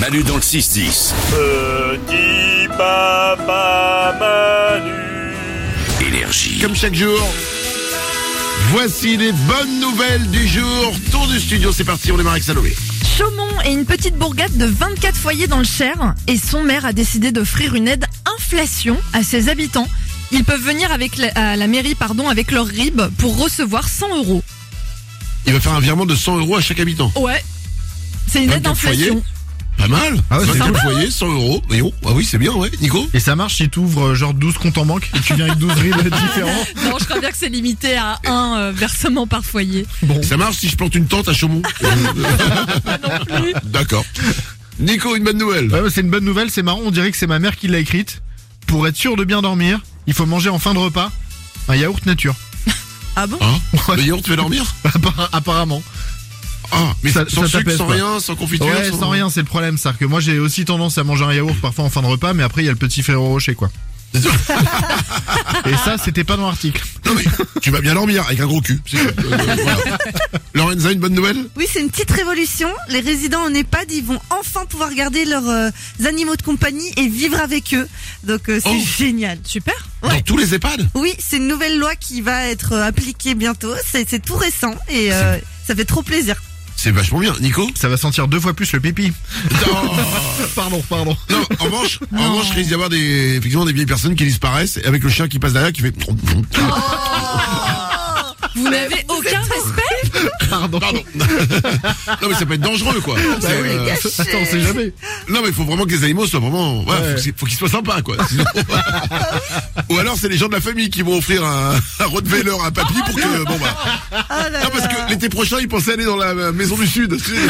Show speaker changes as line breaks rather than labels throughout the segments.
Manu dans le 6-10.
Petit Euh, papa Manu.
Énergie.
Comme chaque jour, voici les bonnes nouvelles du jour. Tour du studio, c'est parti, on démarre avec Salomé.
Chaumont est une petite bourgade de 24 foyers dans le Cher et son maire a décidé d'offrir une aide inflation à ses habitants. Ils peuvent venir avec la, à la mairie pardon, avec leur RIB pour recevoir 100 euros.
Il va faire un virement de 100 euros à chaque habitant.
Ouais, c'est une aide
24 foyers.
inflation.
Pas mal
Ah ouais, c'est
24
sympa,
foyers, 100 euros. Et oh, ah oui, c'est bien, ouais. Nico
Et ça marche si t'ouvres euh, genre 12 comptes en banque et tu viens avec 12 rides différents.
Non, je crois bien que c'est limité à un euh, versement par foyer.
Bon.
Ça marche si je plante une tente à Chaumont D'accord. Nico, une bonne nouvelle.
Ouais, bah, c'est une bonne nouvelle, c'est marrant, on dirait que c'est ma mère qui l'a écrite. Pour être sûr de bien dormir, il faut manger en fin de repas un yaourt nature.
Ah bon
Hein Le yaourt te fait dormir
Appara- Apparemment.
Ah, mais
Ça-
sans
ça
sucre,
t'apaise
sans
pas.
rien, sans confiture
Ouais, sans rien, c'est le problème, ça. Que moi j'ai aussi tendance à manger un yaourt parfois en fin de repas, mais après il y a le petit Ferrero Rocher quoi. Et ça, c'était pas dans l'article.
Non mais, tu vas bien dormir avec un gros cul. c'est tout. Euh, voilà. Lorenza, une bonne nouvelle
Oui, c'est une petite révolution. Les résidents en EHPAD, ils vont enfin pouvoir garder leurs euh, animaux de compagnie et vivre avec eux. Donc euh, c'est
Oh.
génial.
Super.
Dans tous les EHPAD
Oui, c'est une nouvelle loi qui va être euh, appliquée bientôt. C'est c'est tout récent et euh, ça fait trop plaisir.
C'est vachement bien. Nico
Ça va sentir deux fois plus le pipi. Pardon, pardon.
Non, en revanche, en revanche, il risque d'y avoir des, effectivement, des vieilles personnes qui disparaissent, et avec le chien qui passe derrière, qui fait,
Oh.
Vous n'avez aucun respect
Pardon.
pardon. non, mais ça peut être dangereux, quoi.
Bah
C'est,
oui,
euh,
Attends, on sait jamais.
non, mais il faut vraiment que les animaux soient vraiment, voilà,
Ouais.
faut que c'est- faut qu'ils soient sympas, quoi. Sinon- Ou alors, c'est les gens de la famille qui vont offrir un, un Rottweiler à papy pour que, bon bah.
Ah là
Non, parce que l'été prochain, ils pensaient aller dans la euh, maison du Sud. tu sais.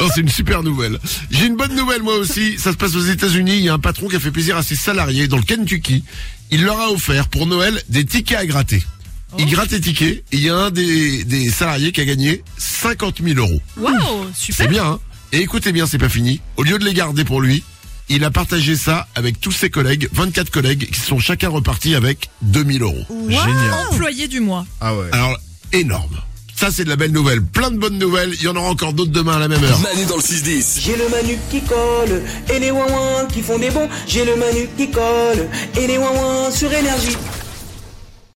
Oh, c'est une super nouvelle. J'ai une bonne nouvelle moi aussi. Ça se passe aux États-Unis. Il y a un patron qui a fait plaisir à ses salariés dans le Kentucky. Il leur a offert pour Noël des tickets à gratter. Il
Oh.
gratte les tickets. et Il y a un des, des salariés qui a gagné 50 000 euros.
Waouh,
C'est
super.
bien. Hein et écoutez bien, c'est pas fini. Au lieu de les garder pour lui, il a partagé ça avec tous ses collègues, 24 collègues, qui sont chacun repartis avec 2000 euros.
Génial.
Employé du mois.
Ah ouais.
Alors, énorme. Ça, c'est de la belle nouvelle. Plein de bonnes nouvelles. Il y en aura encore d'autres demain à la même heure.
Manu dans le 6-10.
J'ai le Manu qui colle et les ouin qui font des bons. J'ai le Manu qui colle et les ouin sur énergie.